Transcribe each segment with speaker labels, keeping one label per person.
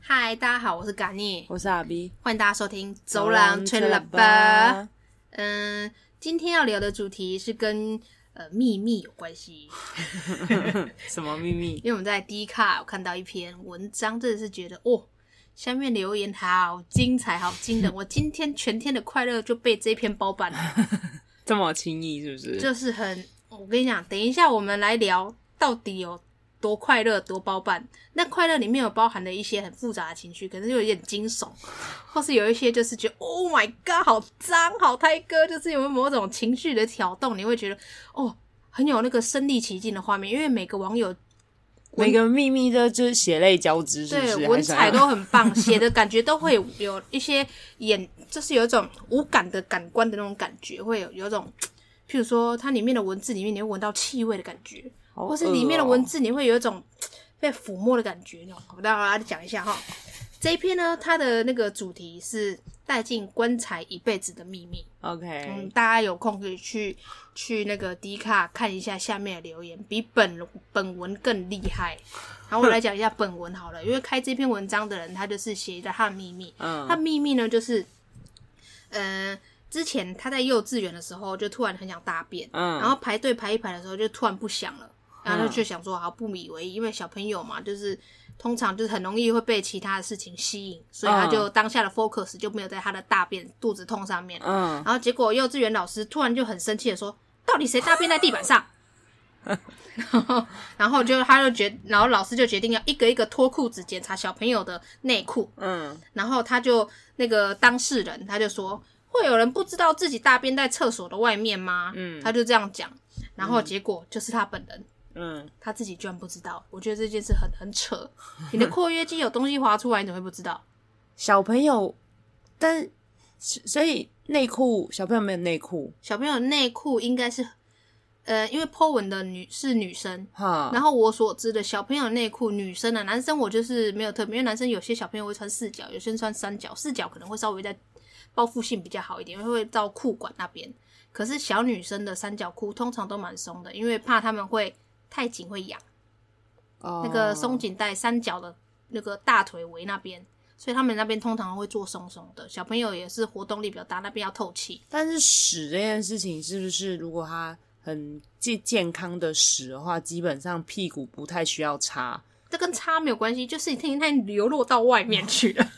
Speaker 1: 嗨，大家好，我是嘎尼，
Speaker 2: 我是阿 B。
Speaker 1: 欢迎大家收听《走廊吹喇叭》。嗯，今天要聊的主题是跟呃秘密有关系，
Speaker 2: 什么秘密？
Speaker 1: 因为我们在 D 卡有看到一篇文章，真的是觉得哦，下面留言好精彩，好惊 人！我今天全天的快乐就被这篇包办了，
Speaker 2: 这么轻易是不是？
Speaker 1: 就是很，我跟你讲，等一下我们来聊到底有多快乐、多包办。那快乐里面有包含了一些很复杂的情绪，可能又有点惊 悚，或是有一些就是觉得 “Oh my God”，好脏、好胎哥，就是有某种情绪的挑动，你会觉得哦，很有那个身临其境的画面，因为每个网友
Speaker 2: 每个秘密都就是血泪交织，是不是？
Speaker 1: 对，
Speaker 2: 还
Speaker 1: 文
Speaker 2: 是怎
Speaker 1: 采
Speaker 2: 样
Speaker 1: 都很 棒，写的感觉都会有一些眼，就是有一种无感的感官的那种感觉，会有有一种，譬如说它里面的文字里面你会闻到气味的感觉，
Speaker 2: 好
Speaker 1: 或是
Speaker 2: 恶
Speaker 1: 里面的
Speaker 2: 哦
Speaker 1: 文字你会有一种被抚摸的感觉。我们待会来讲一下哈。这一篇呢，它的那个主题是带进棺材一辈子的秘密。嗯，
Speaker 2: OK，
Speaker 1: 大家有空可以去去那个迪卡看一下下面的留言，比本本文更厉害。然后我来讲一下本文好了，因为开这篇文章的人，他就是写的他的秘密。他
Speaker 2: 嗯，
Speaker 1: 秘密呢，就是，呃，之前他在幼稚园的时候，就突然很想大便，
Speaker 2: 嗯
Speaker 1: 然后排队排一排的时候，就突然不想了，然后
Speaker 2: 嗯
Speaker 1: 他就想说，好不以为意，因为小朋友嘛，就是通常就是很容易会被其他的事情吸引，所以他
Speaker 2: 嗯
Speaker 1: 就当下的 focus 就没有在他的大便肚子痛上面，
Speaker 2: 嗯，
Speaker 1: 然后结果幼稚园老师突然就很生气的说：“到底谁大便在地板 上？”然后，然后就他就决，然后老师就决定要一个一个脱裤子检查小朋友的内裤。
Speaker 2: 嗯，
Speaker 1: 然后他就那个当事人他就说：“会有人不知道自己大便在厕所的外面吗？”
Speaker 2: 嗯
Speaker 1: 他就这样讲。然后结果就是他本人。
Speaker 2: 嗯，
Speaker 1: 他自己居然不知道，我觉得这件事很很扯。你的括约肌有东西滑出来，你怎么会不知道？
Speaker 2: 小朋友，但所以内裤小朋友没有内裤
Speaker 1: 小朋友内裤应该是，呃，因为 Po 文的女是女生，
Speaker 2: 哈，
Speaker 1: 然后我所知的小朋友内裤，女生的、男生我就是没有特别，因为男生有些小朋友会穿四角，有些人穿三角，四角可能会稍微在包覆性比较好一点，因为会到裤管那边。可是小女生的三角裤通常都蛮松的，因为怕他们会太紧会痒，
Speaker 2: 哦
Speaker 1: 那个松紧带三角的那个大腿围那边，所以他们那边通常会做松松的。小朋友也是活动力比较大，那边要透气。
Speaker 2: 但是屎这件事情，是不是如果他很健健康的屎的话，基本上屁股不太需要擦。
Speaker 1: 这跟擦没有关系，就是你它流落到外面去了。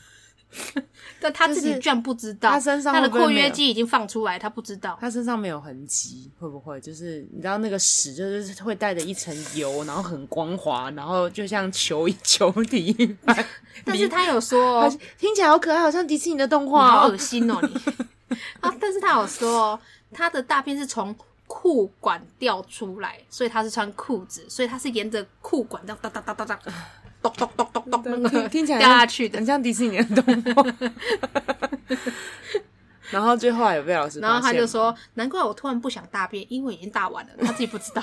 Speaker 1: 但他自己
Speaker 2: 就是
Speaker 1: 居然不知道，
Speaker 2: 他身上
Speaker 1: 啊他的
Speaker 2: 会不会
Speaker 1: 括
Speaker 2: 没有
Speaker 1: 约肌已经放出来，他不知道。
Speaker 2: 他身上没有痕迹，会不会就是你知道那个屎就是会带着一层油，然后很光滑，然后就像球 球体一般。
Speaker 1: 但是他有说、哦，
Speaker 2: 听起来好可爱，好像迪士尼的动
Speaker 1: 你
Speaker 2: 画
Speaker 1: 好
Speaker 2: 哦
Speaker 1: 恶。心哦你 啊！但是他有说、哦，他的大便是从裤管掉出来，所以他是穿裤子，所以他是沿着裤管这样哒哒哒哒哒，咚咚咚咚咚那个
Speaker 2: 听听起来
Speaker 1: 掉下去的
Speaker 2: 很。像迪士尼的动 画。然后最后来有被老师发现，
Speaker 1: 然后他就说：“难怪我突然不想大便，因为已经大完了，他自己不知道。”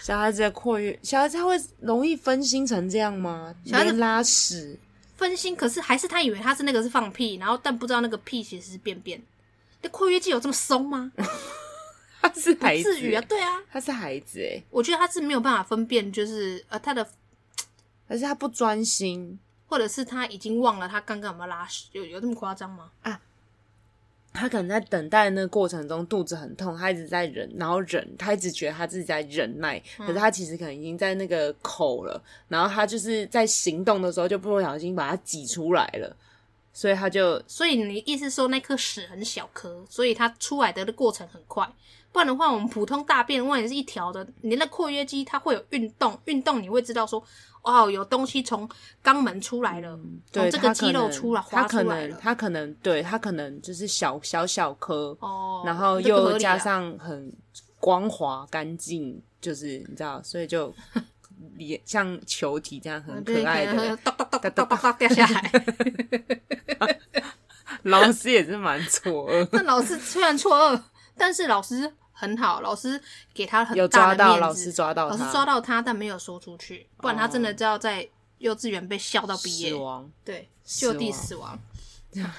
Speaker 2: 小孩子的括约，小孩子他会容易分心成这样吗？
Speaker 1: 小孩子
Speaker 2: 连拉屎。
Speaker 1: 分心，可是还是他以为他是那个是放屁，然后但不知道那个屁其实是便便。那括约肌有这么松吗？
Speaker 2: 他是孩子，
Speaker 1: 至于啊，对啊，
Speaker 2: 他是孩子哎，
Speaker 1: 我觉得他是没有办法分辨，就是呃他的，
Speaker 2: 而且他不专心，
Speaker 1: 或者是他已经忘了他刚刚有没有拉屎，有有这么夸张吗？
Speaker 2: 他可能在等待的那个过程中肚子很痛，他一直在忍，然后忍，他一直觉得他自己在忍耐，
Speaker 1: 嗯
Speaker 2: 可是他其实可能已经在那个口了，然后他就是在行动的时候就不小心把它挤出来了，所以他就
Speaker 1: 所以你意思说那颗屎很小颗，所以它出来的过程很快。不然的话，我们普通大便万一是一条的，你那括约肌它会有运动，运动你会知道说，哦，有东西从肛门出来了，从
Speaker 2: 对
Speaker 1: 这
Speaker 2: 他
Speaker 1: 个
Speaker 2: 可
Speaker 1: 肌肉
Speaker 2: 能
Speaker 1: 出来滑
Speaker 2: 他
Speaker 1: 出
Speaker 2: 可
Speaker 1: 来
Speaker 2: 能
Speaker 1: 了。
Speaker 2: 他可能对他可能就是小小小颗，
Speaker 1: 哦，
Speaker 2: 然后
Speaker 1: 这不合
Speaker 2: 又
Speaker 1: 理
Speaker 2: 加
Speaker 1: 啊
Speaker 2: 上很光滑干净，就是你知道，所 以就也像球体这样
Speaker 1: 啊
Speaker 2: 很可爱的。
Speaker 1: 咚咚咚咚咚咚掉下来。，
Speaker 2: 老师也是蛮错愕
Speaker 1: 那老师虽然错愕，但是老师很好，老师给他很
Speaker 2: 有
Speaker 1: 大
Speaker 2: 抓
Speaker 1: 的面
Speaker 2: 到
Speaker 1: 子，
Speaker 2: 老师抓到
Speaker 1: 老
Speaker 2: 哦他，
Speaker 1: 师抓到他，但没有说出去，不然他真的就要在幼稚园被笑到毕业
Speaker 2: 死，亡，
Speaker 1: 对，
Speaker 2: 死亡
Speaker 1: 就地死亡。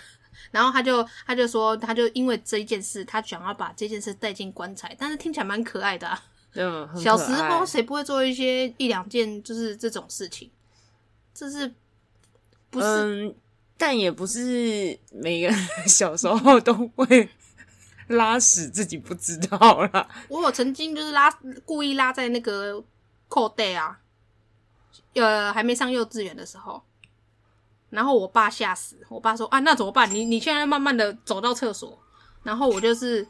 Speaker 1: 然后他就他就说，他就因为这一件事，他想要把这件事带进棺材，但是听起来蛮可爱的、啊。
Speaker 2: 嗯，很可
Speaker 1: 小时候
Speaker 2: 爱
Speaker 1: 谁不会做一些一两件就是这种事情？这是不是、
Speaker 2: 嗯，但也不是每个人 小时候都会拉屎自己不知道啦。
Speaker 1: 我有曾经就是拉故意拉在那个扣带啊，呃，还没上幼稚园的时候，然后我爸吓死，我爸说啊，那怎么办？你你现在慢慢的走到厕所，然后我就是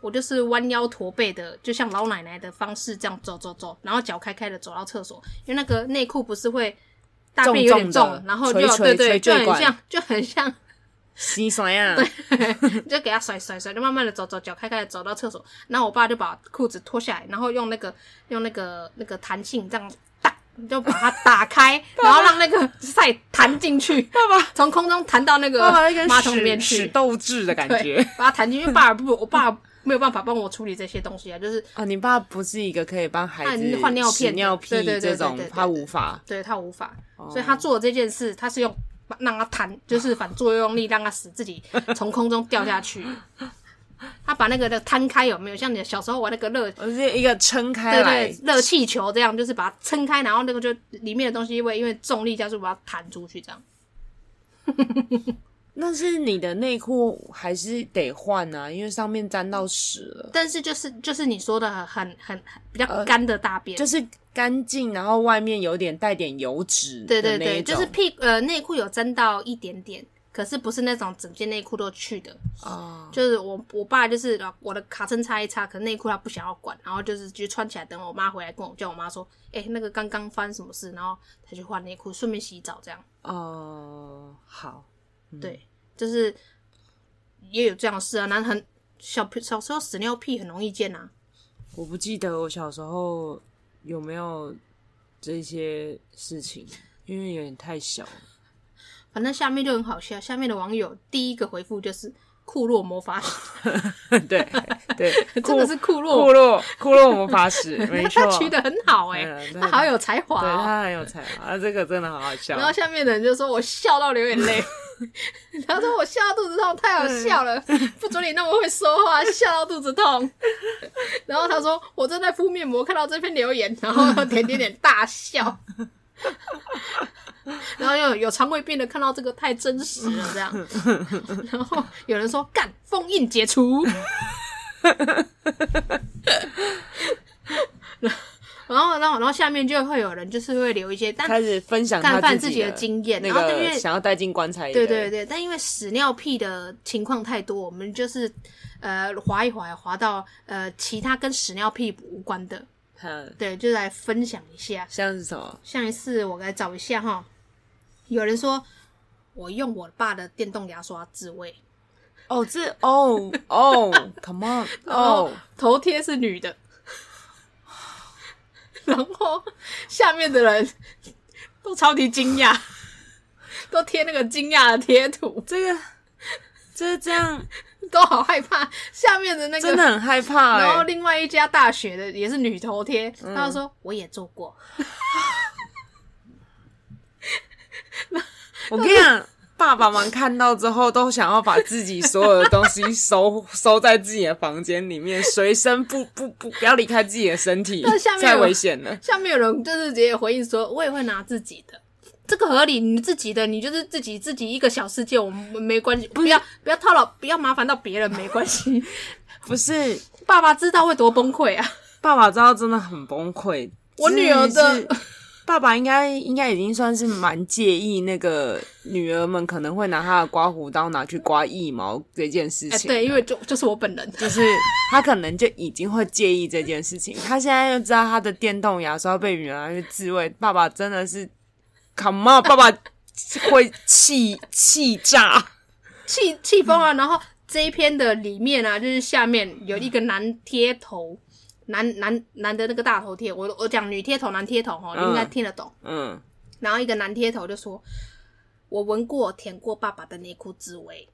Speaker 1: 我就是弯腰驼背的，就像老奶奶的方式这样走走走，然后脚开开的走到厕所，因为那个内裤不是会大便有点
Speaker 2: 重
Speaker 1: 重，
Speaker 2: 重的
Speaker 1: 然后就
Speaker 2: 垂垂
Speaker 1: 对对，
Speaker 2: 垂
Speaker 1: 就
Speaker 2: 坠
Speaker 1: 很
Speaker 2: 管
Speaker 1: 像就很像
Speaker 2: 心酸呀，
Speaker 1: 你就给他甩甩甩，就慢慢的走走，脚开开的走到厕所，然后我爸就把裤子脱下来，然后用那个用那个那个弹性这样打，就把它打开，然后让那个塞弹进去，
Speaker 2: 爸爸，
Speaker 1: 从空中弹到那
Speaker 2: 爸爸那
Speaker 1: 个
Speaker 2: 个
Speaker 1: 马桶里面
Speaker 2: 屎
Speaker 1: 去
Speaker 2: 屎，斗志的感
Speaker 1: 对
Speaker 2: 觉，
Speaker 1: 把它弹进去。因为爸不，我爸没有办法帮我处理这些东西啊，就是
Speaker 2: 啊！你爸不是一个可以帮孩子
Speaker 1: 按换尿片
Speaker 2: 屎啊尿屁
Speaker 1: 对对对对
Speaker 2: 这种
Speaker 1: 对对，对
Speaker 2: 他无法。
Speaker 1: 对他无法，
Speaker 2: 哦
Speaker 1: 所以他做的这件事，他是用把让他弹，就是反作用力让他使自己从空中掉下去。他把那个的摊开有没有？像你小时候玩那个热
Speaker 2: 而是一个撑开
Speaker 1: 对
Speaker 2: 来
Speaker 1: 对，，热气球这样，就是把它撑开，然后那个就里面的东西会因为重力加速把它弹出去，这样。
Speaker 2: 那是你的内裤还是得换啊？因为上面沾到屎了，
Speaker 1: 但是就是就是你说的很很很很比较干的大便，
Speaker 2: 就是干净，然后外面有点带点油脂
Speaker 1: 对
Speaker 2: 的
Speaker 1: 对
Speaker 2: 那
Speaker 1: 对，
Speaker 2: 一
Speaker 1: 就
Speaker 2: 种，
Speaker 1: 是屁呃内裤有沾到一点点，可是不是那种整件内裤都去的，
Speaker 2: 啊，
Speaker 1: 就是我我爸就是呃我的卡针擦一擦，可是内裤他不想要管，然后就是就穿起来，等我妈回来跟我叫我妈说，哎、那个刚刚发生什么事，然后才去换内裤，顺便洗澡这样。
Speaker 2: 哦，好，
Speaker 1: 对，就是也有这样的事啊。男很小小时候屎尿屁很容易见啊，
Speaker 2: 我不记得我小时候有没有这些事情，因为有点太小了。
Speaker 1: 反正下面就很好笑。下面的网友第一个回复就是库洛魔法 使，
Speaker 2: 对 对，
Speaker 1: 真的是库
Speaker 2: 库
Speaker 1: 洛，
Speaker 2: 洛库洛魔法使，没
Speaker 1: 他
Speaker 2: 错
Speaker 1: 他，取得很好哎、
Speaker 2: 嗯对
Speaker 1: 他好有才华、
Speaker 2: 对
Speaker 1: 哦。
Speaker 2: 他很有才华，他这个真的好好笑
Speaker 1: 然。后下面的人就说我笑到流眼泪，他说我笑到肚子痛，太好笑了，不准你那么会说话，笑到肚子痛。然后他说我正在敷面膜，看到这篇留言，然后点点点大笑。 然后又有有肠胃病的看到这个太真实了，这样。然后有人说干封印解除， 然后然后然后下面就会有人就是会留一些，但
Speaker 2: 开始分享
Speaker 1: 干
Speaker 2: 他
Speaker 1: 饭自己的经验
Speaker 2: 那
Speaker 1: 然后因
Speaker 2: 个
Speaker 1: 为
Speaker 2: 想要带进棺材里的。
Speaker 1: 对对对，但因为屎尿屁的情况太多，我们就是呃划一划，划到呃其他跟屎尿屁无关的，
Speaker 2: 嗯，
Speaker 1: 对，就来分享一下。
Speaker 2: 像是什么？
Speaker 1: 上一次我来找一下哈，有人说我用我爸的电动牙刷自慰，
Speaker 2: 哦，这哦哦 ，Come on，哦，
Speaker 1: 头贴是女的， 然后下面的人都超级惊讶， 都贴那个惊讶的贴图，
Speaker 2: 这个啊这这样
Speaker 1: 都好害怕。下面的那个
Speaker 2: 真的很害怕
Speaker 1: 然后
Speaker 2: 哎。
Speaker 1: 另外一家大学的也是女头贴，她就说我也做过，
Speaker 2: 我跟你讲，爸爸们看到之后都想要把自己所有的东西收收在自己的房间里面，随身不 不不不要离开自己的身体
Speaker 1: 那下，面
Speaker 2: 太
Speaker 1: 有
Speaker 2: 危险了。
Speaker 1: 下面有人就是直接回应说我也会拿自己的。这个合理，你自己的，你就是自己自己一个小世界，我们没关系，不要不要套牢，不要麻烦到别人，没关系。
Speaker 2: 不是，
Speaker 1: 爸爸知道会多崩溃 啊！
Speaker 2: 爸爸知道真的很崩溃。
Speaker 1: 我女儿的
Speaker 2: 至于是爸爸应该应该已经算是蛮介意那个女儿们可能会拿她的刮胡刀拿去刮腋毛这件事
Speaker 1: 哎，
Speaker 2: 情。
Speaker 1: 对，因为就就是我本人，
Speaker 2: 就是他可能就已经会介意这件事情。他现在就知道他的电动牙刷被女儿去自慰，爸爸真的是，come on，爸爸会气气炸。
Speaker 1: 气气疯啊！然后这一篇的里面啊，就是下面有一个男贴头，男男男的那个大头贴，我我讲女贴头、男贴头哦，你应该
Speaker 2: 嗯
Speaker 1: 听得懂。
Speaker 2: 嗯，
Speaker 1: 然后一个男贴头就说：“我闻过、舔过爸爸的内裤滋味，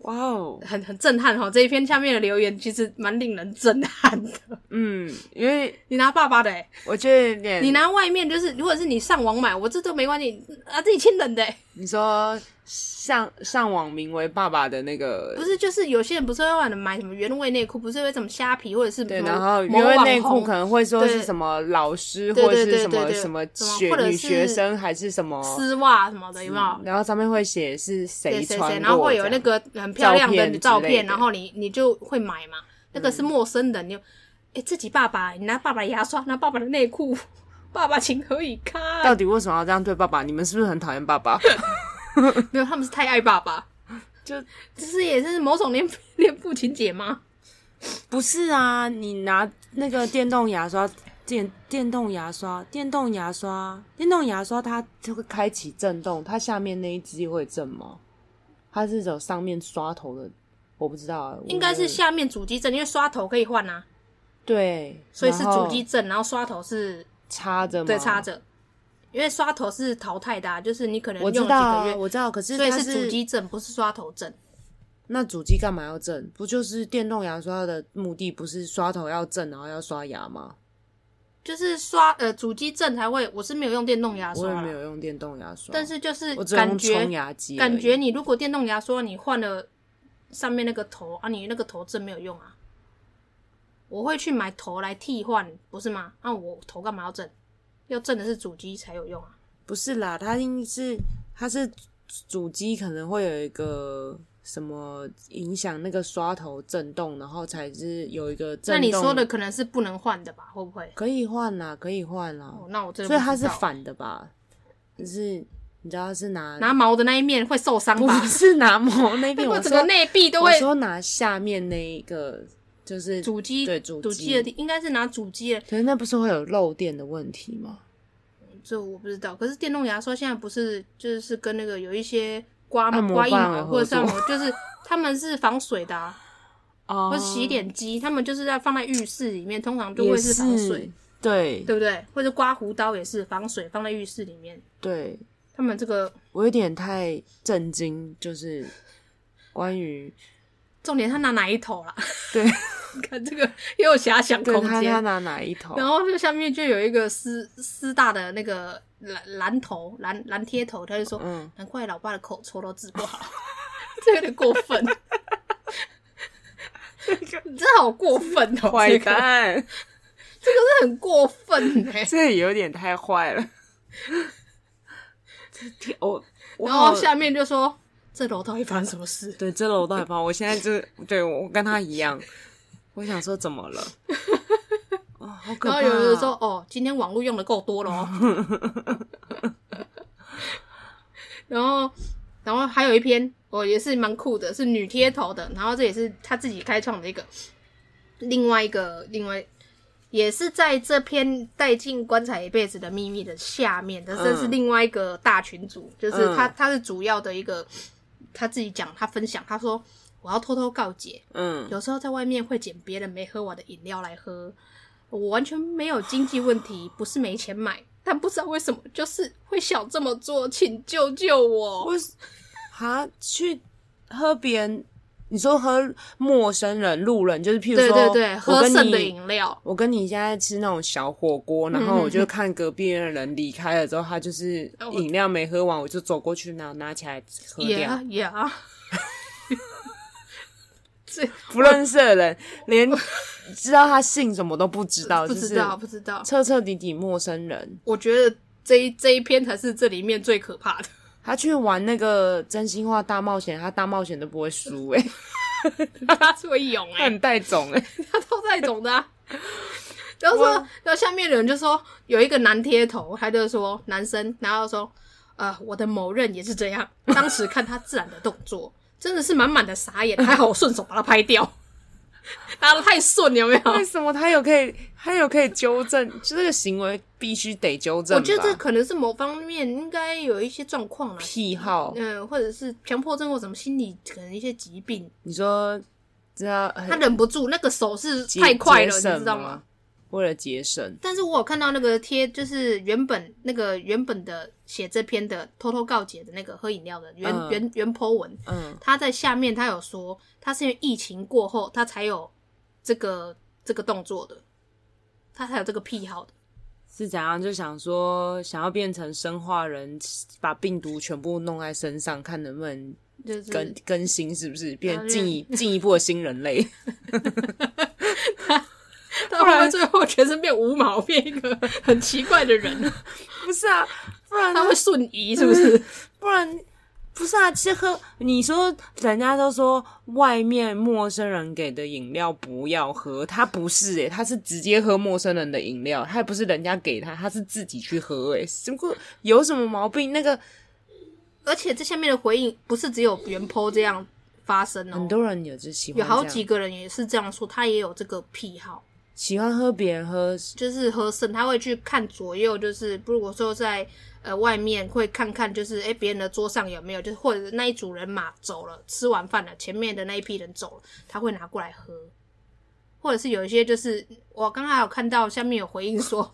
Speaker 2: 哇哦，
Speaker 1: 很很震撼哈、哦。”这一篇下面的留言其实蛮令人震撼的。
Speaker 2: 嗯，因为
Speaker 1: 你拿爸爸的、欸，
Speaker 2: 我觉得有点
Speaker 1: 你拿外面就是，如果是你上网买，我这都没关系啊，自己亲人的、欸。
Speaker 2: 你说上上网名为爸爸的那个
Speaker 1: 不是，就是有些人不是会忘了买什么原味内裤，不是会什么虾皮或者是
Speaker 2: 对，
Speaker 1: 什么
Speaker 2: 然后
Speaker 1: 某
Speaker 2: 因为
Speaker 1: 网
Speaker 2: 内裤
Speaker 1: 红
Speaker 2: 可能会说是
Speaker 1: 对
Speaker 2: 什么老师
Speaker 1: 对
Speaker 2: 或
Speaker 1: 对
Speaker 2: 者是
Speaker 1: 对
Speaker 2: 什么
Speaker 1: 对对
Speaker 2: 什么
Speaker 1: 什么
Speaker 2: 学
Speaker 1: 或者
Speaker 2: 女学
Speaker 1: 是
Speaker 2: 生还是什么，
Speaker 1: 丝袜什么的，有没有？
Speaker 2: 然后上面会写是
Speaker 1: 对
Speaker 2: 谁
Speaker 1: 谁
Speaker 2: 穿过
Speaker 1: 谁，
Speaker 2: 这样，
Speaker 1: 然后会有那个很漂亮
Speaker 2: 照
Speaker 1: 的
Speaker 2: 片
Speaker 1: 照
Speaker 2: 之类
Speaker 1: 片，
Speaker 2: 的嗯
Speaker 1: 然后你你就会买嘛。那个是陌生的，你就哎自己爸爸，你拿爸爸牙刷，拿爸爸的内裤，爸爸情何以堪？
Speaker 2: 到底为什么要这样对爸爸？你们是不是很讨厌爸爸？
Speaker 1: 没有，他们是太爱爸爸，
Speaker 2: 就
Speaker 1: 这是也是某种恋恋父 情节吗？
Speaker 2: 不是啊，你拿那个电动牙刷，电电动牙刷，电动牙刷，电动牙刷，它就会开启震动，它下面那一只会震吗？它是走上面刷头的，我不知道啊，我
Speaker 1: 应该是下面主机震，因为刷头可以换啊，
Speaker 2: 对，
Speaker 1: 所以是
Speaker 2: 然后
Speaker 1: 主机震，然后刷头是
Speaker 2: 插着吗？
Speaker 1: 对插。着，因为刷头是淘汰的、啊，就是你可能
Speaker 2: 我
Speaker 1: 用了
Speaker 2: 知道
Speaker 1: 几个
Speaker 2: 啊，
Speaker 1: 月，
Speaker 2: 我知道，可是
Speaker 1: 所以
Speaker 2: 它
Speaker 1: 是主机震，不是刷头震。
Speaker 2: 那主机干嘛要震？不就是电动牙刷的目的不是刷头要震，然后要刷牙吗？
Speaker 1: 就是刷呃主机震才会，我是没有用电动牙
Speaker 2: 我也
Speaker 1: 刷
Speaker 2: 没
Speaker 1: 啦，
Speaker 2: 有用电动牙刷，
Speaker 1: 但是就是
Speaker 2: 我只用
Speaker 1: 感
Speaker 2: 冲
Speaker 1: 觉
Speaker 2: 牙机而已，
Speaker 1: 感觉你如果电动牙刷你换了上面那个头啊，你那个头震没有用啊。我会去买头来替换，不是吗？那、我头干嘛要震？要震的是主机才有用啊。
Speaker 2: 不是啦，它应是它是主机可能会有一个什么影响那个刷头震动，然后才是有一个震
Speaker 1: 那
Speaker 2: 动。
Speaker 1: 你说的可能是不能换的吧？会不会？
Speaker 2: 可以换啦，可以换啦，
Speaker 1: 哦，那我真的
Speaker 2: 所以
Speaker 1: 不
Speaker 2: 它
Speaker 1: 知
Speaker 2: 是
Speaker 1: 道
Speaker 2: 反的吧？就是你知道它是拿
Speaker 1: 拿毛的那一面会受伤
Speaker 2: 不
Speaker 1: 吧？
Speaker 2: 是拿毛 那
Speaker 1: 那
Speaker 2: 边，我
Speaker 1: 整个
Speaker 2: 说
Speaker 1: 内壁都
Speaker 2: 我
Speaker 1: 会
Speaker 2: 说拿下面那一个就是
Speaker 1: 主机
Speaker 2: 对主
Speaker 1: 主机的地应该是拿主机的，
Speaker 2: 可是那不是会有漏电的问题吗？
Speaker 1: 这我不知道。可是电动牙刷现在不是就是跟那个有一些刮
Speaker 2: 按摩
Speaker 1: 刮腋
Speaker 2: 棒啊有
Speaker 1: 毛
Speaker 2: 合
Speaker 1: 或者是按
Speaker 2: 作
Speaker 1: 摩， 就是他们是防水的、啊，
Speaker 2: 哦
Speaker 1: 或者洗脸机，他们就是在放在浴室里面，通常就
Speaker 2: 哦也
Speaker 1: 会是防水，，
Speaker 2: 对
Speaker 1: 对不对？或者刮胡刀也是防水，放在浴室里面。
Speaker 2: 对，
Speaker 1: 他们这个
Speaker 2: 我有点太震惊，就是关于
Speaker 1: 重点，他拿哪一头啦？
Speaker 2: 对
Speaker 1: 看这个也有遐想
Speaker 2: 对
Speaker 1: 空
Speaker 2: 他他
Speaker 1: 间。
Speaker 2: 拿哪一头
Speaker 1: 然后这下面就有一个师师大的那个蓝蓝头蓝蓝贴头，他就说，
Speaker 2: 嗯
Speaker 1: 难怪老爸的口臭都治不 好，这有点过分。你真的好过分哦！这个真
Speaker 2: 蛋，
Speaker 1: 的很过分哎、
Speaker 2: 这有点太 坏了。这我我
Speaker 1: 然后下面就说：“这楼到底发生什么事
Speaker 2: 对这楼道也怕，我现在就是 对我跟他一样，我想说怎 么了？哦，好？”可
Speaker 1: 然后
Speaker 2: 怕、
Speaker 1: 有人就说：“哦，今天网络用的够多了哦。”然后，然后还有一篇我、哦、也是蛮酷的，是女贴头的，然后这也是他自己开创的一个，另外一个另外也是在这篇带进棺材一辈子的秘密的下面，
Speaker 2: 嗯
Speaker 1: 但是这是另外一个大群组，就是他他是主要的一个他自己讲他分享，他说我要偷偷告解，
Speaker 2: 嗯，
Speaker 1: 有时候在外面会捡别人没喝完的饮料来喝，我完全没有经济问题，不是没钱买，但不知道为什么就是会想这么做，请救救我。
Speaker 2: 为什哈去喝别人？你说喝陌生人、路人，就是譬如
Speaker 1: 对
Speaker 2: 说，
Speaker 1: 对对，
Speaker 2: 我
Speaker 1: 喝
Speaker 2: 跟
Speaker 1: 剩的
Speaker 2: 你
Speaker 1: 饮料，
Speaker 2: 我跟你现在吃那种小火锅，然后
Speaker 1: 嗯
Speaker 2: 我就看隔壁的人离开了之后，他就是
Speaker 1: 哦我
Speaker 2: 饮料没喝完，我就走过去拿拿起来喝
Speaker 1: 也
Speaker 2: 掉。
Speaker 1: 也， 这
Speaker 2: 不认识的人，连知道他姓什么都不知道，
Speaker 1: 不
Speaker 2: 就是
Speaker 1: 知道不知道。
Speaker 2: 彻彻底底陌生人。
Speaker 1: 我觉得这一这一篇才是这里面最可怕的。
Speaker 2: 他去玩那个真心话大冒险，他大冒险都不会输哎、欸
Speaker 1: 他是会 勇
Speaker 2: 他
Speaker 1: 哎、
Speaker 2: 很带种哎、欸
Speaker 1: 他 都在懂的、啊。然后说，然后下面的人就说有一个男贴头，他就说男生，然后说，呃，我的某任也是这 样，当时看他自然的动作，真的是满满的傻眼，还好我顺手把他拍 掉，拿的太顺，有没有？
Speaker 2: 为什么他有可以，他有可以纠正，就这个行为必须得纠正
Speaker 1: 我
Speaker 2: 吧。
Speaker 1: 觉得这可能是某方面应该有一些状况 啦，
Speaker 2: 癖好，
Speaker 1: 嗯，或者是强迫症或什么心理可能一些疾病，
Speaker 2: 你说知道很
Speaker 1: 他忍不住那个手是
Speaker 2: 节
Speaker 1: 太快了，
Speaker 2: 节
Speaker 1: 你
Speaker 2: 省
Speaker 1: 知道吗？？
Speaker 2: 为了节省，
Speaker 1: 但是我有看到那个贴，就是原本那个原本的写这篇的偷偷告解的那个喝饮料的原、
Speaker 2: 嗯
Speaker 1: 原原 po 文，
Speaker 2: 嗯，
Speaker 1: 他在下面他有说，他是因为疫情过后他才有这个这个动作的，他才有这个癖好的。
Speaker 2: 是怎样？就想说想要变成生化人，把病毒全部弄在身上，看能不能
Speaker 1: 就是
Speaker 2: 更更新，是不是
Speaker 1: 然后
Speaker 2: 变
Speaker 1: 就
Speaker 2: 进一进一步的新 人类？
Speaker 1: 到后面最后全身变无毛，变一个很奇怪的 人，
Speaker 2: 不是啊，不然
Speaker 1: 他会瞬移是不是？
Speaker 2: 不然不是啊，这喝你说人家都说外面陌生人给的饮料不要喝，他不是诶、他是直接喝陌生人的饮料，他也不是人家给他，他是自己去喝诶、欸，如果有什么毛病，那个
Speaker 1: 而且这下面的回应不是只有原 PO 这样发生
Speaker 2: 很
Speaker 1: 哦，
Speaker 2: 多人有就喜欢
Speaker 1: 有好
Speaker 2: 这样
Speaker 1: 几个人也是这样说，他也有这个癖好。
Speaker 2: 喜欢喝别人喝，
Speaker 1: 就是喝剩，他会去看左右，就是如果说在呃外面会看看，就是诶别人的桌上有没有，就是或者是那一组人马走了，吃完饭了，前面的那一批人走了，他会拿过来喝，或者是有一些就是我刚刚还有看到下面有回应说。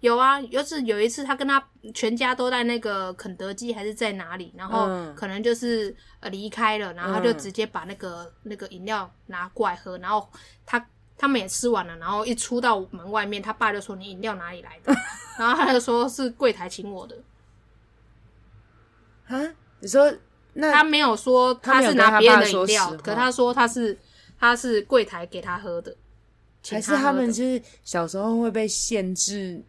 Speaker 1: 有啊，就是有一次他跟他全家都在那个肯德基还是在哪里，然后
Speaker 2: 嗯
Speaker 1: 可能就是呃离开了，然后他就
Speaker 2: 嗯
Speaker 1: 直接把那个、那个饮料拿过来喝，然后他他们也吃完了，然后一出到门外面，他爸就说你饮料哪里来的？ 然后他就说是柜台请 我的，
Speaker 2: 啊？你说
Speaker 1: 他
Speaker 2: 那
Speaker 1: 没有说
Speaker 2: 他没有
Speaker 1: 是
Speaker 2: 跟
Speaker 1: 拿
Speaker 2: 他
Speaker 1: 别人
Speaker 2: 爸
Speaker 1: 的饮
Speaker 2: 说
Speaker 1: 料
Speaker 2: 实，话
Speaker 1: 可他说他是他是柜台给他喝的，请
Speaker 2: 还是他
Speaker 1: 喝
Speaker 2: 们
Speaker 1: 的
Speaker 2: 就是小时候会被限制，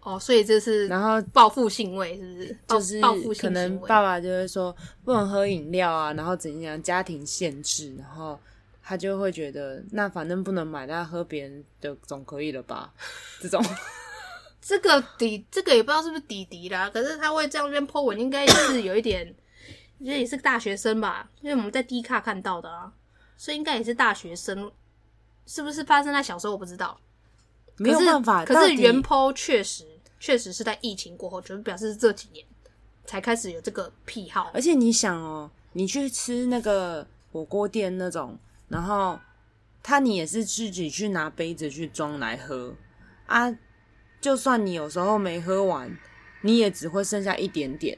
Speaker 1: 哦，所以这是
Speaker 2: 然后
Speaker 1: 报复性味是不是？报
Speaker 2: 就是
Speaker 1: 报复
Speaker 2: 可
Speaker 1: 性
Speaker 2: 能
Speaker 1: 行为
Speaker 2: 爸爸就会说不能喝饮料啊，然后怎样家庭限制，然后他就会觉得那反正不能买，那喝别人的总可以了吧？这种
Speaker 1: 这个底这个也不知道是不是底底啦，可是他会这样边 po 文，应该也是有一点， 这也是大学生吧？因为我们在 D 卡看到的啊，所以应该也是大学生，是不是发生在小时候我不知道。
Speaker 2: 没有
Speaker 1: 可是
Speaker 2: 办法。
Speaker 1: 可
Speaker 2: 到
Speaker 1: 是
Speaker 2: 底
Speaker 1: 原 PO 确实确实是在疫情过后，就是表示这几年才开始有这个癖好
Speaker 2: 而。且你想哦，你去吃那个火锅店那种，然后他你也是自己去拿杯子去装来喝啊，就算你有时候没喝完，你也只会剩下一点点。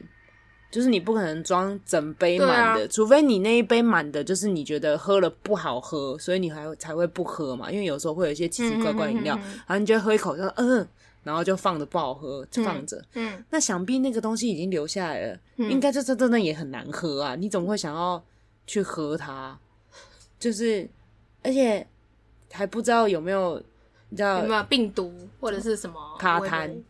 Speaker 2: 就是你不可能装整杯满的，
Speaker 1: 对啊
Speaker 2: 除非你那一杯满的，就是你觉得喝了不好喝，所以你还才会不喝嘛。因为有时候会有一些奇奇怪怪饮料，
Speaker 1: 嗯嗯嗯嗯
Speaker 2: 然后你就会喝一口，就嗯，然后就放着不好喝，就放着。
Speaker 1: 嗯，
Speaker 2: 那想必那个东西已经留下来了，
Speaker 1: 嗯
Speaker 2: 应该这这真的也很难喝啊！你怎么会想要去喝它？就是，而且还不知道有没有，你知道
Speaker 1: 有没有病毒或者是什么
Speaker 2: 呃卡
Speaker 1: 微
Speaker 2: 痰
Speaker 1: 微？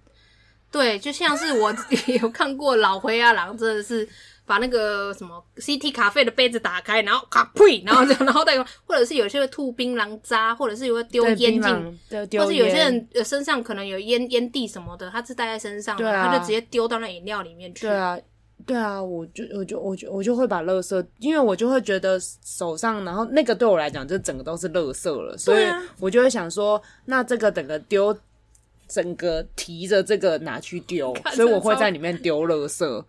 Speaker 1: 对，就像是我 有看过老灰阿郎，真的是把那个什么 CT 咖啡的杯子打开，然后卡呸，然后就 然后再用，或者是有些会吐槟榔渣，或者是有会丢
Speaker 2: 对
Speaker 1: 烟
Speaker 2: 槟
Speaker 1: 进。
Speaker 2: 榔对丢
Speaker 1: 或
Speaker 2: 烟，
Speaker 1: 者有些人呃身上可能有烟烟蒂什么的，他是带在身上的，
Speaker 2: 对啊
Speaker 1: 他就直接丢到那饮料里面去。
Speaker 2: 对啊，对啊，我就我就我就我就会把垃圾，因为我就会觉得手上，然后那个对我来讲就整个都是垃圾了，所以
Speaker 1: 对啊
Speaker 2: 我就会想说，那这个整个丢。整个提着这个拿去丢
Speaker 1: 看，
Speaker 2: 所以我
Speaker 1: 真
Speaker 2: 会
Speaker 1: 超
Speaker 2: 在里面丢垃圾。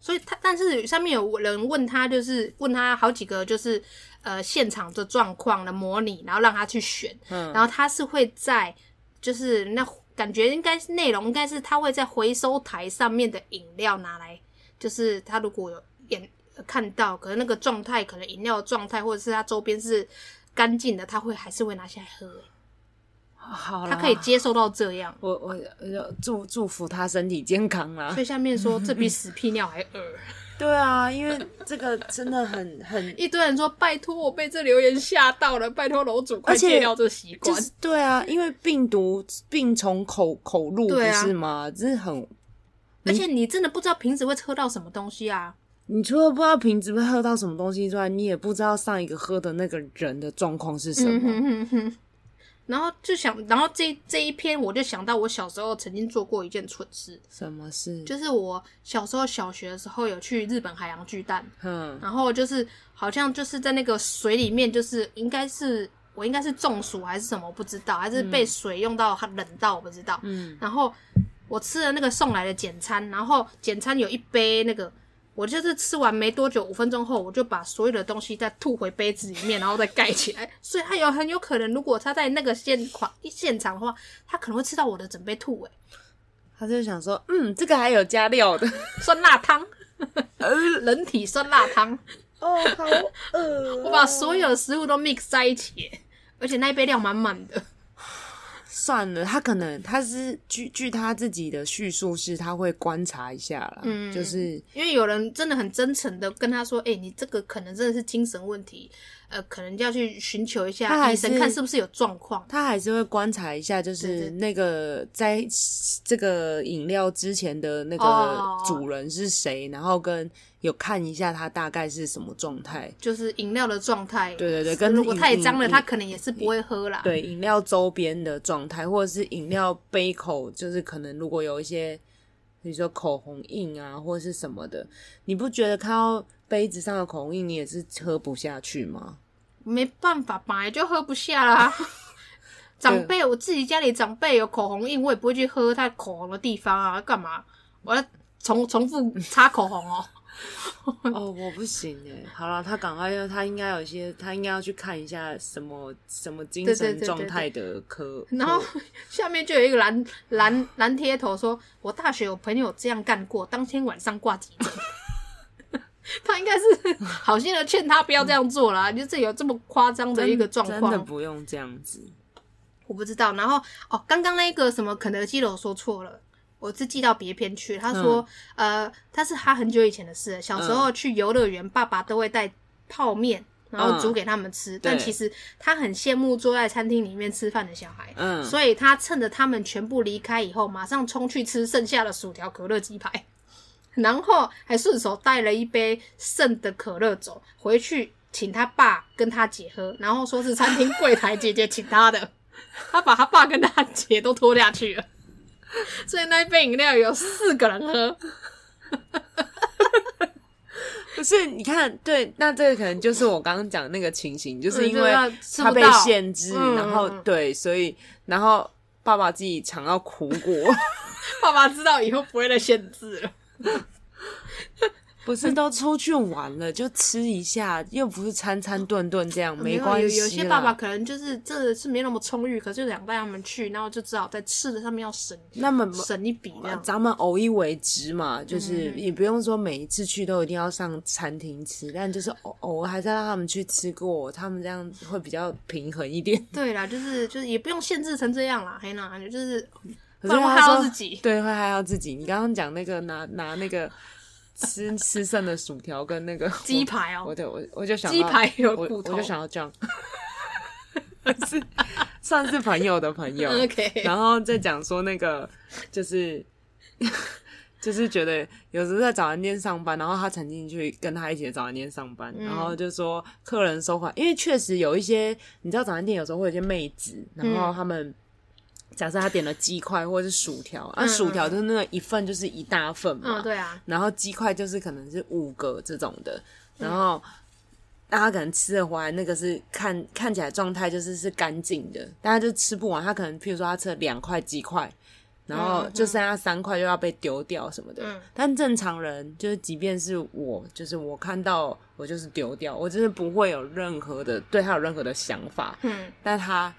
Speaker 1: 所以他，但是上面有人问他，就是问他好几个，就是呃现场的状况的模拟，然后让他去选，
Speaker 2: 嗯
Speaker 1: 然后他是会在就是那感觉应该是内容应该是他会在回收台上面的饮料拿来，就是他如果有眼呃看到，可能那个状态，可能饮料的状态或者是他周边是干净的，他会还是会拿下来喝，
Speaker 2: 好啦，
Speaker 1: 他可以接受到这 样。
Speaker 2: 我我我祝祝福他身体健康啦
Speaker 1: 所。以下面说这比屎屁尿还恶。
Speaker 2: 对啊，因为这个真的很 很，
Speaker 1: 一堆人说：“拜托，我被这留言吓到了，拜托楼主快
Speaker 2: 而且
Speaker 1: 戒掉这习
Speaker 2: 就
Speaker 1: 惯。
Speaker 2: 是对啊，因为病毒病从口口入不
Speaker 1: 对啊
Speaker 2: 是吗？这是很，
Speaker 1: 而且你真的不知道瓶子会喝到什么东西啊！
Speaker 2: 你除了不知道瓶子会喝到什么东西之外，你也不知道上一个喝的那个人的状况是什么。
Speaker 1: 嗯哼哼哼。然后就想，然后这这一篇我就想到我小时候曾经做过一件蠢事，
Speaker 2: 什么事？
Speaker 1: 就是我小时候小学的时候有去日本海洋巨蛋，
Speaker 2: 嗯，
Speaker 1: 然后就是好像就是在那个水里面，就是应该是我应该是中暑还是什么，我不知道，还是被水用到冷到，我不知道。
Speaker 2: 嗯，
Speaker 1: 然后我吃了那个送来的简餐，然后简餐有一杯那个。我就是吃完没多久，五分钟后我就把所有的东西再吐回杯子里面，然后再盖起来。所以它有很有可能，如果它在那个现款现场的话，它可能会吃到我的整杯吐、欸，
Speaker 2: 他就想说，嗯，这个还有加料的，
Speaker 1: 酸辣汤， 人体酸辣汤。
Speaker 2: 哦，好饿、
Speaker 1: 我把所有的食物都 mix 在一起耶，而且那一杯料满满的，
Speaker 2: 算了，他可能他是据据他自己的叙述是，他会观察一下啦，
Speaker 1: 嗯
Speaker 2: 就是
Speaker 1: 因为有人真的很真诚的跟他说：“哎、你这个可能真的是精神问题，呃，可能要去寻求一
Speaker 2: 他
Speaker 1: 下
Speaker 2: 还
Speaker 1: 医生，
Speaker 2: 是
Speaker 1: 看是不是有状况。
Speaker 2: 他还是会观察一下，就
Speaker 1: 对对
Speaker 2: 是那个在这个饮料之前的那
Speaker 1: 哦
Speaker 2: 个主人是谁，然后跟有看一下他大概是什么状态。”
Speaker 1: 就是饮料的状态。
Speaker 2: 对对对跟
Speaker 1: 如果
Speaker 2: 饮
Speaker 1: 太脏了，
Speaker 2: 饮
Speaker 1: 他可能也是不会喝啦。
Speaker 2: 对饮料周边的状态，或者是饮料杯口，就是可能如果有一些，比如说口红印啊，或者是什么的，你不觉得看到杯子上的口红印，你也是喝不下去吗？
Speaker 1: 没办法，本来就喝不下 啦。长辈，我自己家里长辈有口红印，我也不会去喝他口红的地方啊，干嘛？我要重重复擦口红哦。
Speaker 2: 哦，我不行哎。好了，他赶快要，他应该有一些，他应该要去看一下什么什么精
Speaker 1: 对对
Speaker 2: 神
Speaker 1: 对
Speaker 2: 状
Speaker 1: 对
Speaker 2: 态的科。
Speaker 1: 然后
Speaker 2: 科
Speaker 1: 下面就有一个蓝蓝蓝贴头说，我大学有朋友这样干过，当天晚上挂急诊。 他应该 是好心的劝他不要这样做啦，就是有这么夸张的一个状
Speaker 2: 真
Speaker 1: 况，
Speaker 2: 的不用这样子。
Speaker 1: 我不知道。然后哦，刚刚那个什么肯德基的我说错了，我是寄到别篇去。他说，
Speaker 2: 嗯
Speaker 1: 呃，他是他很久以前的事了，小时候去游乐园，爸爸都会带泡面。然后煮给他们吃，但
Speaker 2: 嗯对
Speaker 1: 其实他很羡慕坐在餐厅里面吃饭的小孩，
Speaker 2: 嗯，
Speaker 1: 所以他趁着他们全部离开以后，马上冲去吃剩下的薯条、可乐、鸡排， 然后还顺手带了一杯剩的可乐走回去，请他爸跟他姐喝，然后说是餐厅柜台姐姐请他的， 他把他爸跟他姐都拖下去了， 所以那一杯饮料有四个人喝，
Speaker 2: 不是，你看，对，那这个可能就是我刚刚讲的那个情形，就是因为
Speaker 1: 嗯就是吃不
Speaker 2: 他被
Speaker 1: 到
Speaker 2: 限制，
Speaker 1: 嗯
Speaker 2: 然后
Speaker 1: 嗯嗯
Speaker 2: 对，所以然后爸爸自己尝到苦果，
Speaker 1: 爸爸知道以后不会再限制了。
Speaker 2: 不是都出去玩了就吃一下，又不是餐餐顿顿这样，没
Speaker 1: 有
Speaker 2: 关系啦
Speaker 1: 有有些爸爸可能就是真的是没那么充裕，可是就想带他们去，然后就只好在吃的上面要省
Speaker 2: 那么。
Speaker 1: 省一笔这样。
Speaker 2: 咱们偶一为之嘛，
Speaker 1: 嗯
Speaker 2: 就是也不用说每一次去都一定要上餐厅吃，但就是偶偶尔还是要让他们去吃过，他们这样会比较平衡一点。
Speaker 1: 对啦，就是就是也不用限制成这样啦，黑娜就是不
Speaker 2: 可
Speaker 1: 然
Speaker 2: 是
Speaker 1: 会
Speaker 2: 他
Speaker 1: 害到
Speaker 2: 说
Speaker 1: 自己
Speaker 2: 对，会害到自己。你刚刚讲那个拿拿那个吃吃剩的薯条跟那个
Speaker 1: 鸡，排哦、
Speaker 2: 我我对我我就想到
Speaker 1: 鸡排有
Speaker 2: 我
Speaker 1: 骨头。
Speaker 2: 我就想到这样， 是算是朋友的朋友，
Speaker 1: 嗯 OK，
Speaker 2: 然后再讲说那个就是。 就是觉得有时候在早餐店上班，然后他曾经去跟他一起的早餐店上班，
Speaker 1: 嗯
Speaker 2: 然后就说客人收款，因为确实有一些你知道早餐店有时候会有一些妹子，然后他们、假设他点了鸡块或者是薯条，啊，
Speaker 1: 嗯
Speaker 2: 薯条就是那个一份就是一大份嘛，
Speaker 1: 嗯，对啊，
Speaker 2: 然后鸡块就是可能是五个这种的，然后大家可能吃的回来，那个是看看起来状态就是是干净的，大家就吃不完。他可能譬如说他吃了两块鸡块，然后就剩下三块就要被丢掉什么的。
Speaker 1: 嗯
Speaker 2: 但正常人就是，即便是我，就是我看到我就是丢掉，我就是不会有任何的对他有任何的想法。
Speaker 1: 嗯，
Speaker 2: 但他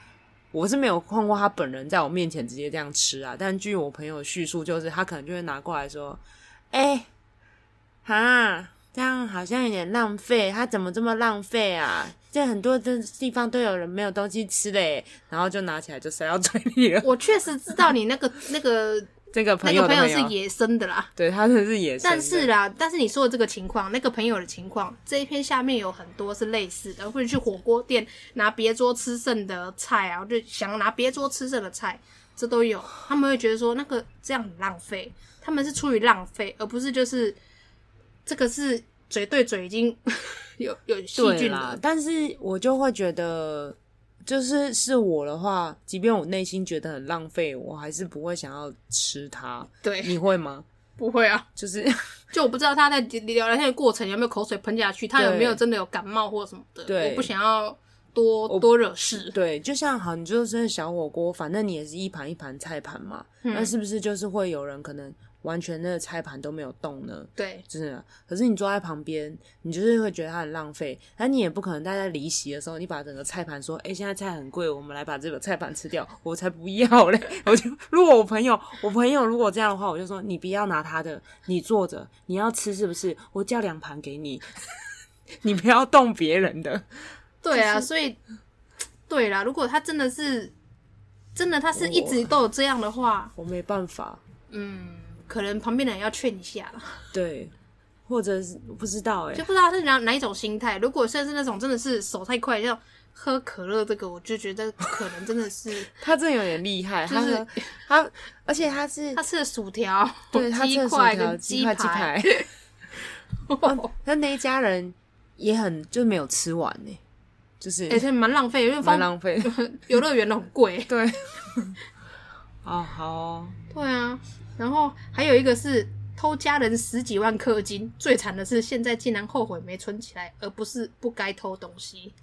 Speaker 2: 我是没有看过他本人在我面前直接这样吃啊。但据我朋友叙述，就是他可能就会拿过来说：“哎、哈，这样好像有点浪费，他怎么这么浪费啊？这很多的地方都有人没有东西吃嘞。”然后就拿起来就塞到 嘴里了。
Speaker 1: 我确实知道你那个那个
Speaker 2: 这个
Speaker 1: 那
Speaker 2: 朋友
Speaker 1: 个
Speaker 2: 的
Speaker 1: 朋友
Speaker 2: 朋
Speaker 1: 是野生的啦。
Speaker 2: 对他真的是野生的，
Speaker 1: 但是啦，但是你说的这个情况，那个朋友的情况，这一篇下面有很多是类似的，或者去火锅店拿别桌吃剩的菜啊，就想拿别桌吃剩的菜，这都有。他们会觉得说那个这样很浪费，他们是出于浪费，而不是就是这个是嘴对嘴已经有有细
Speaker 2: 对
Speaker 1: 菌
Speaker 2: 啦
Speaker 1: 了。，
Speaker 2: 但是我就会觉得，就是是我的话，即便我内心觉得很浪费，我还是不会想要吃它。
Speaker 1: 对，
Speaker 2: 你会吗？
Speaker 1: 不会啊，
Speaker 2: 就是
Speaker 1: 就我不知道他在聊聊天的过程有没有口水喷下去，他有
Speaker 2: 对
Speaker 1: 没有真的有感冒或什么的，
Speaker 2: 对。
Speaker 1: 我不想要多多惹事
Speaker 2: 对，就像好，你就是小火锅，反正你也是一盘一盘菜盘嘛，那是不是就是会有人可能完全那个菜盘都没有动呢？
Speaker 1: 对，
Speaker 2: 真的，可是你坐在旁边，你就是会觉得它很浪费。但你也不可能大家离席的时候，你把整个菜盘说：“哎、现在菜很贵，我们来把这个菜盘吃掉。”我才不要嘞！ 我就如果我朋友，我朋友如果这样的话，我就说：“你不要拿他的，你坐着，你要吃是不是？我叫两盘给你， 你不要动别人的。
Speaker 1: 对啊，所以对啦，如果他真的是真的他是一直都有这样的话，
Speaker 2: 我没办法，
Speaker 1: 嗯，可能旁边的人要劝一下啦，
Speaker 2: 对，或者是不知道哎、
Speaker 1: 就不知道是哪哪一种心态。如果算是那种真的是手太快，像喝可乐这个，我就觉得可能真的 是
Speaker 2: 他真的有点厉害，
Speaker 1: 就
Speaker 2: 他
Speaker 1: 是
Speaker 2: 喝 他，而且他是
Speaker 1: 他吃了薯条、
Speaker 2: 对他吃
Speaker 1: 鸡
Speaker 2: 了薯
Speaker 1: 块
Speaker 2: 条
Speaker 1: 跟
Speaker 2: 鸡
Speaker 1: 鸡
Speaker 2: 块鸡
Speaker 1: 排，
Speaker 2: 排， 他那一家人也很就没有吃完呢、就是
Speaker 1: 哎，这蛮浪费，因为
Speaker 2: 蛮
Speaker 1: 放
Speaker 2: 浪费。
Speaker 1: 游乐园都很贵。
Speaker 2: 对，啊好 哦
Speaker 1: 对啊，然后还有一个是偷家人十几万氪金，最惨的是现在竟然后悔没存起来，而不是不该偷东西，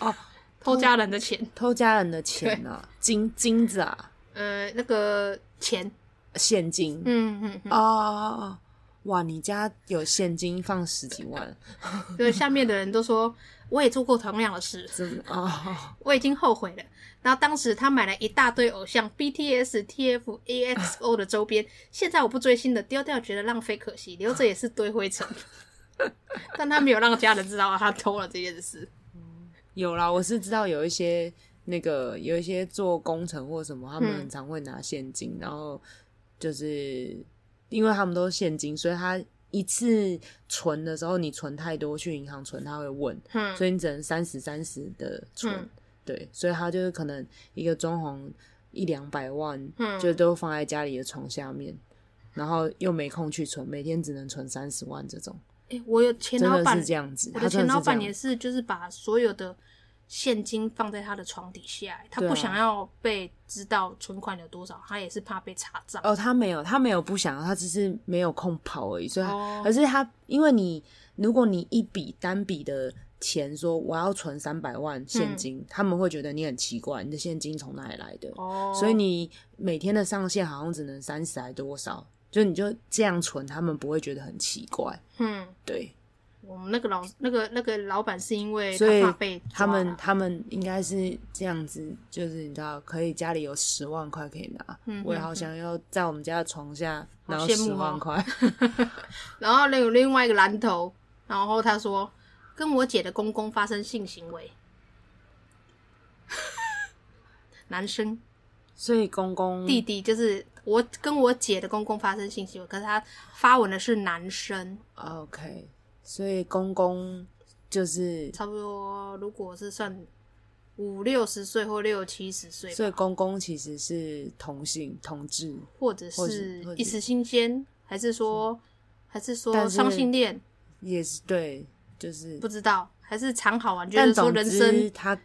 Speaker 2: 哦，
Speaker 1: 偷家人的钱，
Speaker 2: 偷家人的钱啊，金金子啊，
Speaker 1: 呃，那个钱，
Speaker 2: 现金。
Speaker 1: 嗯嗯嗯，
Speaker 2: 哦哦哦，哇，你家有现金放十几万，
Speaker 1: 嗯就是下面的人都说我也做过同样的事，
Speaker 2: 真的哦，
Speaker 1: 我已经后悔了。然后当时他买了一大堆偶像 BTS、TF、AXO 的周边，现在我不追星的，丢掉觉得浪费可惜，留着也是堆灰尘。 但他没有让家人知道他偷了这件事。
Speaker 2: 有啦，我是知道有一些那个有一些做工程或什么，他们
Speaker 1: 嗯
Speaker 2: 很常会拿现金，然后就是因为他们都是现金，所以他一次存的时候，你存太多去银行存，他会问，
Speaker 1: 嗯，
Speaker 2: 所以你只能三十三十的存，
Speaker 1: 嗯
Speaker 2: 对，所以他就是可能一个装潢一两百万，
Speaker 1: 嗯
Speaker 2: 就都放在家里的床下面，然后又没空去存，每天只能存三十万这种，
Speaker 1: 欸我有前
Speaker 2: 真
Speaker 1: 老
Speaker 2: 的
Speaker 1: 板
Speaker 2: 是，这样子，
Speaker 1: 我
Speaker 2: 他
Speaker 1: 的
Speaker 2: 真
Speaker 1: 前
Speaker 2: 的
Speaker 1: 老
Speaker 2: 是这
Speaker 1: 板也
Speaker 2: 样，
Speaker 1: 是，就是把所有的现金放在他的床底下、欸他
Speaker 2: 对啊
Speaker 1: 不想要被知道存款有多少，他也是怕被查账。
Speaker 2: 哦，他没有，他没有不想要，他只是没有空跑而已，所以他，
Speaker 1: 哦
Speaker 2: 可是他因为你如果你一笔单笔的。钱说我要存三百
Speaker 1: 嗯
Speaker 2: 万现金，他们会觉得你很奇怪，你的现金从哪里来的？
Speaker 1: 哦，
Speaker 2: 所以你每天的上限好像只能三十还多少，就你就这样存，他们不会觉得很奇怪，
Speaker 1: 嗯，
Speaker 2: 对，
Speaker 1: 我们那个老那个那个老板是因为
Speaker 2: 所以
Speaker 1: 他怕被抓
Speaker 2: 他们
Speaker 1: 啦
Speaker 2: 他们应该是这样子，就是你知道，可以家里有十万块可以拿，
Speaker 1: 嗯
Speaker 2: 我也好想要在我们家的床下
Speaker 1: 好
Speaker 2: 拿到
Speaker 1: 羡慕
Speaker 2: 十
Speaker 1: 哦
Speaker 2: 万块，
Speaker 1: 然后另有另外一个蓝头，然后他说跟我姐的公公发生性行为， 男生
Speaker 2: 所以公公
Speaker 1: 弟弟就是我跟我姐的公公发生性行为，可是他发文的是男生。
Speaker 2: 啊 OK，所以公公就是，
Speaker 1: 差不多，如果是算五六十岁或六七十岁吧，
Speaker 2: 所以公公其实是同性同志，
Speaker 1: 或者
Speaker 2: 或是
Speaker 1: 是
Speaker 2: 或者
Speaker 1: 一时新鲜，还是说还是说
Speaker 2: 但是
Speaker 1: 双性恋，
Speaker 2: 也是对，就是
Speaker 1: 不知道，还是常好玩，觉
Speaker 2: 但
Speaker 1: 得说
Speaker 2: 总
Speaker 1: 人
Speaker 2: 之
Speaker 1: 生
Speaker 2: 他，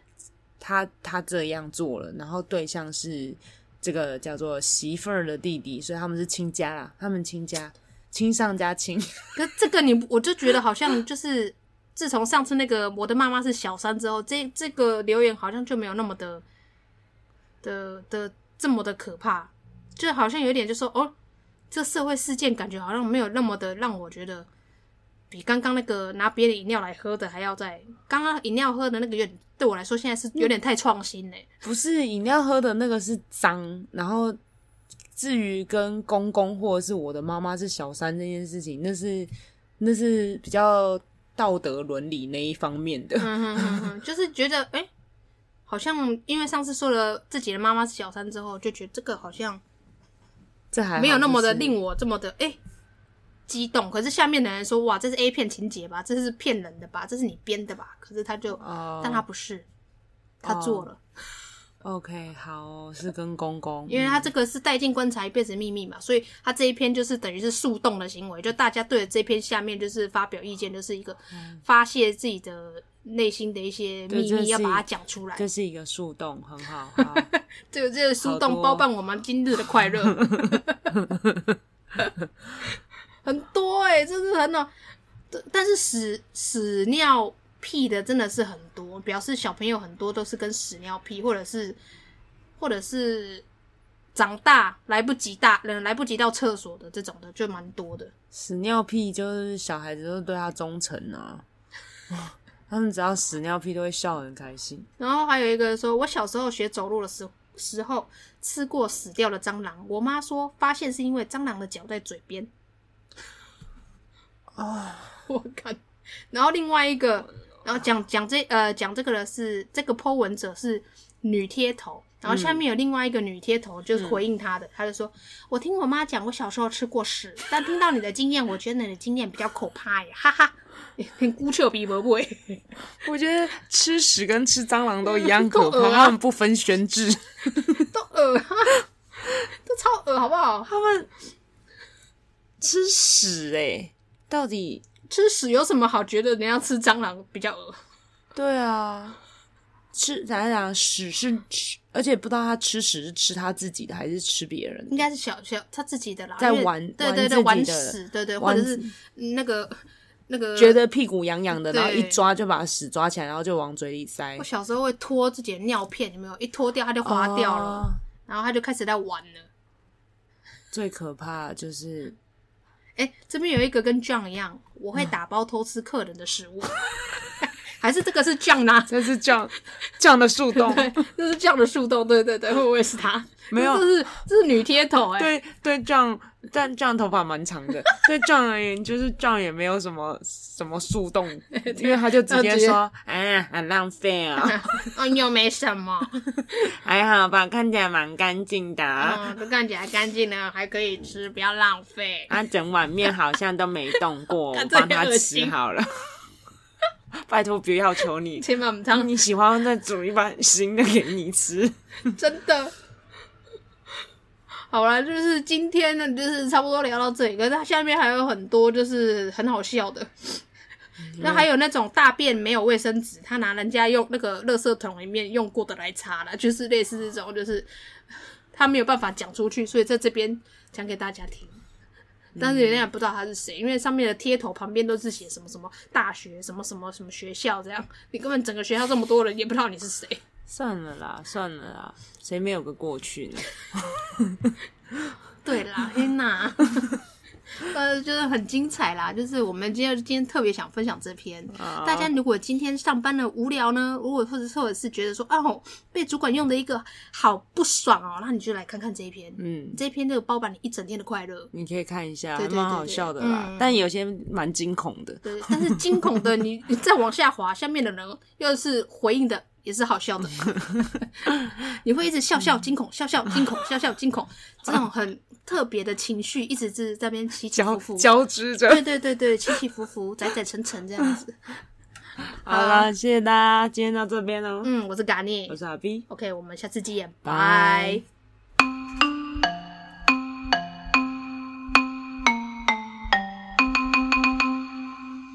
Speaker 2: 他他这样做了，然后对象是这个叫做媳妇儿的弟弟，所以他们是亲家啦，他们亲家，亲上加亲。
Speaker 1: 可这个你我就觉得好像就是。自从上次那个我的妈妈是小三之后，这这个留言好像就没有那么的的的这么的可怕，就好像有点就说哦，这社会事件感觉好像没有那么的让我觉得比刚刚那个拿别的饮料来喝的还要在刚刚饮料喝的那个有点对我来说现在是有点太创新嘞、
Speaker 2: 不是饮料喝的那个是脏，然后至于跟公公或者是我的妈妈是小三这件事情，那是那是比较道德伦理那一方面的。
Speaker 1: 嗯哼哼哼，就是觉得哎、诶好像因为上次说了自己的妈妈是小三之后，就觉得这个好像
Speaker 2: 这还好
Speaker 1: 没有那么的
Speaker 2: 就是
Speaker 1: 令我这么的哎、诶激动。可是下面的人说哇，这是 A 片情节吧，这是骗人的吧，这是你编的吧？可是他就，
Speaker 2: 哦
Speaker 1: 但他不是，他做了。
Speaker 2: OK 好哦是跟公公，嗯
Speaker 1: 因为他这个是带进棺材变成秘密嘛，所以他这一篇就是等于是树洞的行为，就大家对这篇下面就是发表意见，就是一个发泄自己的内心的一些
Speaker 2: 嗯对
Speaker 1: 秘
Speaker 2: 这是
Speaker 1: 密，要把它讲出来。
Speaker 2: 这是一个树洞，很好。好
Speaker 1: 这个这个树
Speaker 2: 好
Speaker 1: 洞
Speaker 2: 多
Speaker 1: 包办我们今日的快乐， 很多哎、欸，真是很好。但但是屎屎尿屁的真的是很多，表示小朋友很多都是跟屎尿屁，或者是或者是长大来不及大人来不及到厕所的这种的就蛮多的。
Speaker 2: 屎尿屁就是小孩子都对他忠诚啊， 他们只要屎尿屁都会笑得很开心。
Speaker 1: 然后还有一个说，我小时候学走路的时时候吃过死掉的蟑螂，我妈说发现是因为蟑螂的脚在嘴边。
Speaker 2: 哦，
Speaker 1: 我看，然后另外一个然后讲讲这呃讲这个的是这个 Po 文者是女贴头，然后下面有另外一个女贴头就是回应他的，他就说：“我听我妈讲，我小时候吃过屎，但听到你的经验，我觉得你的经验比较可怕耶，哈哈。”很孤丘比伯会，
Speaker 2: 我觉得吃屎跟吃蟑螂都一样可
Speaker 1: 都恶
Speaker 2: 怕，
Speaker 1: 啊
Speaker 2: 他们不分轩制。
Speaker 1: 都恶啊， 都超恶，好不好？
Speaker 2: 他们吃屎哎、到底
Speaker 1: 吃屎有什么好觉得人家吃蟑螂比较恶？
Speaker 2: 对啊，吃咱讲屎是吃，而且不知道他吃屎是吃他自己的还是吃别人
Speaker 1: 应
Speaker 2: 的。
Speaker 1: 该是小小他自己的啦，
Speaker 2: 在
Speaker 1: 因为
Speaker 2: 玩
Speaker 1: 对
Speaker 2: 玩
Speaker 1: 对
Speaker 2: 自
Speaker 1: 对，
Speaker 2: 己
Speaker 1: 玩
Speaker 2: 的
Speaker 1: 屎，对对，或
Speaker 2: 玩
Speaker 1: 者是那个那个。
Speaker 2: 觉得屁股痒痒的，
Speaker 1: 对
Speaker 2: 然后一抓就把屎抓起来，然后就往嘴 里塞
Speaker 1: 我，小时候会拖自己的尿片，有没有？一拖掉它就滑掉了，
Speaker 2: 哦
Speaker 1: 然后它就开始在玩了。
Speaker 2: 最可怕的就是
Speaker 1: 哎、这边有一个跟 John 一样，我会打包偷吃客人的食 物，还是这个是 John 啊？
Speaker 2: 这是这样这样的树 洞，
Speaker 1: 对，这是 John 的树洞，对对对，会不会是他？
Speaker 2: 没有
Speaker 1: 这是这是女贴头哎、
Speaker 2: 对对，这样但这样头发蛮长的。对这样而言，就是这样也没有什么什么 树洞，因为他就直接说：“哎，很浪 费啊，
Speaker 1: 哦，又没什么，
Speaker 2: 还好吧，看起来蛮干净的。啊，
Speaker 1: 嗯，都看起来干净呢，还可以吃，不要浪费。
Speaker 2: 整碗面好像都没动过，我
Speaker 1: 看这
Speaker 2: 帮
Speaker 1: 也
Speaker 2: 他
Speaker 1: 恶
Speaker 2: 吃
Speaker 1: 心
Speaker 2: 好了。拜托不要求你，
Speaker 1: 千万不要
Speaker 2: 你喜欢再煮一碗新的给你吃。
Speaker 1: 真的。好啦，就是今天呢，就是差不多聊到这里，可是它下面还有很多就是很好笑的。那还有那种大便没有卫生纸，他拿人家用那个垃圾桶里面用过的来擦了，就是类似这种，就是他没有办法讲出去，所以在这边讲给大家听。但是人家也不知道他是谁，因为上面的贴头旁边都是写什么什么大学、什么什么什么学校这样，你根本整个学校这么多人也不知道你是谁。
Speaker 2: 算了啦，算了啦，谁没有个过去呢？
Speaker 1: 对啦， 天哪！ 呃，就是很精彩啦，就是我们今天今天特别想分享这篇。
Speaker 2: 啊
Speaker 1: 大家如果今天上班了无聊呢，如果或者或者是觉得说哦被主管用的一个好不爽哦，那你就来看看这一篇。
Speaker 2: 嗯，
Speaker 1: 这一篇这个包办你一整天的快乐。
Speaker 2: 你可以看一下，
Speaker 1: 对
Speaker 2: 还
Speaker 1: 对
Speaker 2: 蛮
Speaker 1: 对
Speaker 2: 好
Speaker 1: 对
Speaker 2: 笑的啦，
Speaker 1: 嗯
Speaker 2: 但有些蛮惊恐的。
Speaker 1: 对，但是惊恐的你 你再往下滑，下面的人哦又是回应的，也是好笑 的。你会一直笑笑惊恐，笑笑惊恐，笑笑惊恐，这种很特别的情绪，一直是在那边起起
Speaker 2: 交
Speaker 1: 伏伏。
Speaker 2: 交织着。
Speaker 1: 对对对对，起起伏伏，载载沉沉这样子。
Speaker 2: 好了，谢谢大家，今天到这边喽。哦
Speaker 1: 嗯，我是嘎尼
Speaker 2: 我是阿 B，
Speaker 1: ，OK，我们下次见，
Speaker 2: 拜
Speaker 1: 拜。